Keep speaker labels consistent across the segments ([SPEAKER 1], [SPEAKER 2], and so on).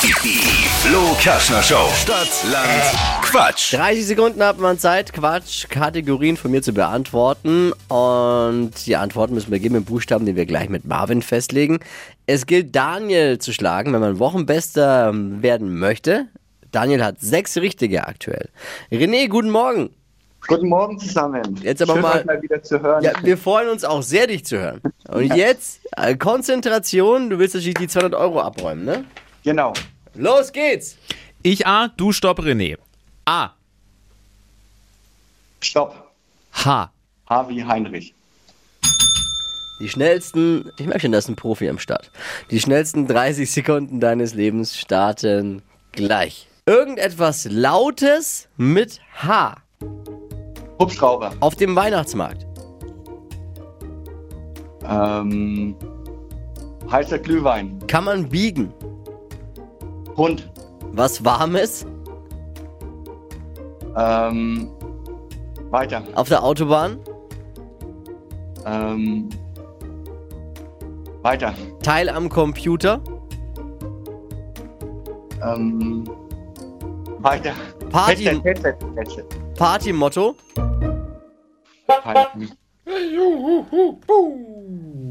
[SPEAKER 1] Die Flo Kaschner Show. Stadt, Land, Quatsch.
[SPEAKER 2] 30 Sekunden hat man Zeit, Quatsch, Kategorien von mir zu beantworten. Und die Antworten müssen wir geben im Buchstaben, den wir gleich mit Marvin festlegen. Es gilt, Daniel zu schlagen, wenn man Wochenbester ähm, werden möchte. Daniel hat sechs richtige aktuell. René, guten Morgen.
[SPEAKER 3] Guten Morgen zusammen.
[SPEAKER 2] Jetzt aber
[SPEAKER 3] Schön,
[SPEAKER 2] mal-
[SPEAKER 3] euch mal wieder zu hören.
[SPEAKER 2] Ja, wir freuen uns auch sehr, dich zu hören. Und jetzt äh, Konzentration. Du willst natürlich die 200 Euro abräumen, ne?
[SPEAKER 3] Genau.
[SPEAKER 2] Los geht's.
[SPEAKER 4] Ich A, du Stopp René. A,
[SPEAKER 3] Stopp.
[SPEAKER 4] H,
[SPEAKER 3] Harvey Heinrich.
[SPEAKER 2] Die schnellsten, ich merke schon, da ist ein Profi am Start. Die schnellsten 30 Sekunden deines Lebens starten gleich. Irgendetwas Lautes mit H
[SPEAKER 3] Hubschrauber.
[SPEAKER 2] auf dem Weihnachtsmarkt.
[SPEAKER 3] Ähm, heißer Glühwein.
[SPEAKER 2] Kann man biegen.
[SPEAKER 3] Hund.
[SPEAKER 2] Was Warmes
[SPEAKER 3] Ähm, weiter.
[SPEAKER 2] auf der Autobahn.
[SPEAKER 3] Ähm, weiter.
[SPEAKER 2] Teil am Computer.
[SPEAKER 3] Ähm, weiter.
[SPEAKER 2] Party-
[SPEAKER 3] Headset, Headset, Headset.
[SPEAKER 2] Partymotto.
[SPEAKER 3] Halt.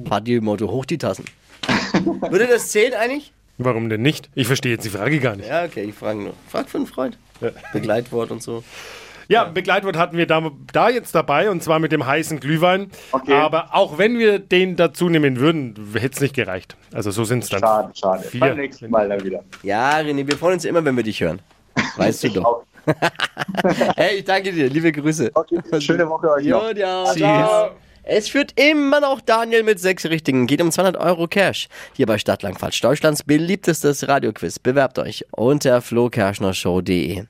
[SPEAKER 2] Partymotto, hoch die Tassen. Würde das zählen eigentlich?
[SPEAKER 5] Warum denn nicht? Ich verstehe jetzt die Frage gar nicht.
[SPEAKER 2] Ja, okay, ich frage nur. Frag für einen Freund. Begleitwort und so.
[SPEAKER 5] Ja, Begleitwort hatten wir da, da jetzt dabei und zwar mit dem heißen Glühwein.
[SPEAKER 3] Okay.
[SPEAKER 5] Aber auch wenn wir den dazu nehmen würden, hätte es nicht gereicht. Also so sind es dann.
[SPEAKER 3] Schade, schade.
[SPEAKER 5] Vier.
[SPEAKER 3] Beim nächsten Mal dann wieder.
[SPEAKER 2] Ja, René, wir freuen uns immer, wenn wir dich hören. Weißt du
[SPEAKER 3] Ich
[SPEAKER 2] doch.
[SPEAKER 3] auch.
[SPEAKER 2] Hey, ich danke dir. Liebe Grüße.
[SPEAKER 3] Okay, schöne Woche euch noch.
[SPEAKER 2] Jo, ja. Ciao. Es führt immer noch Daniel mit sechs Richtigen. Geht um 200 Euro Cash. Hier bei Stadtlandquatsch, Deutschlands beliebtestes Radioquiz. Bewerbt euch unter flokerschnershow.de.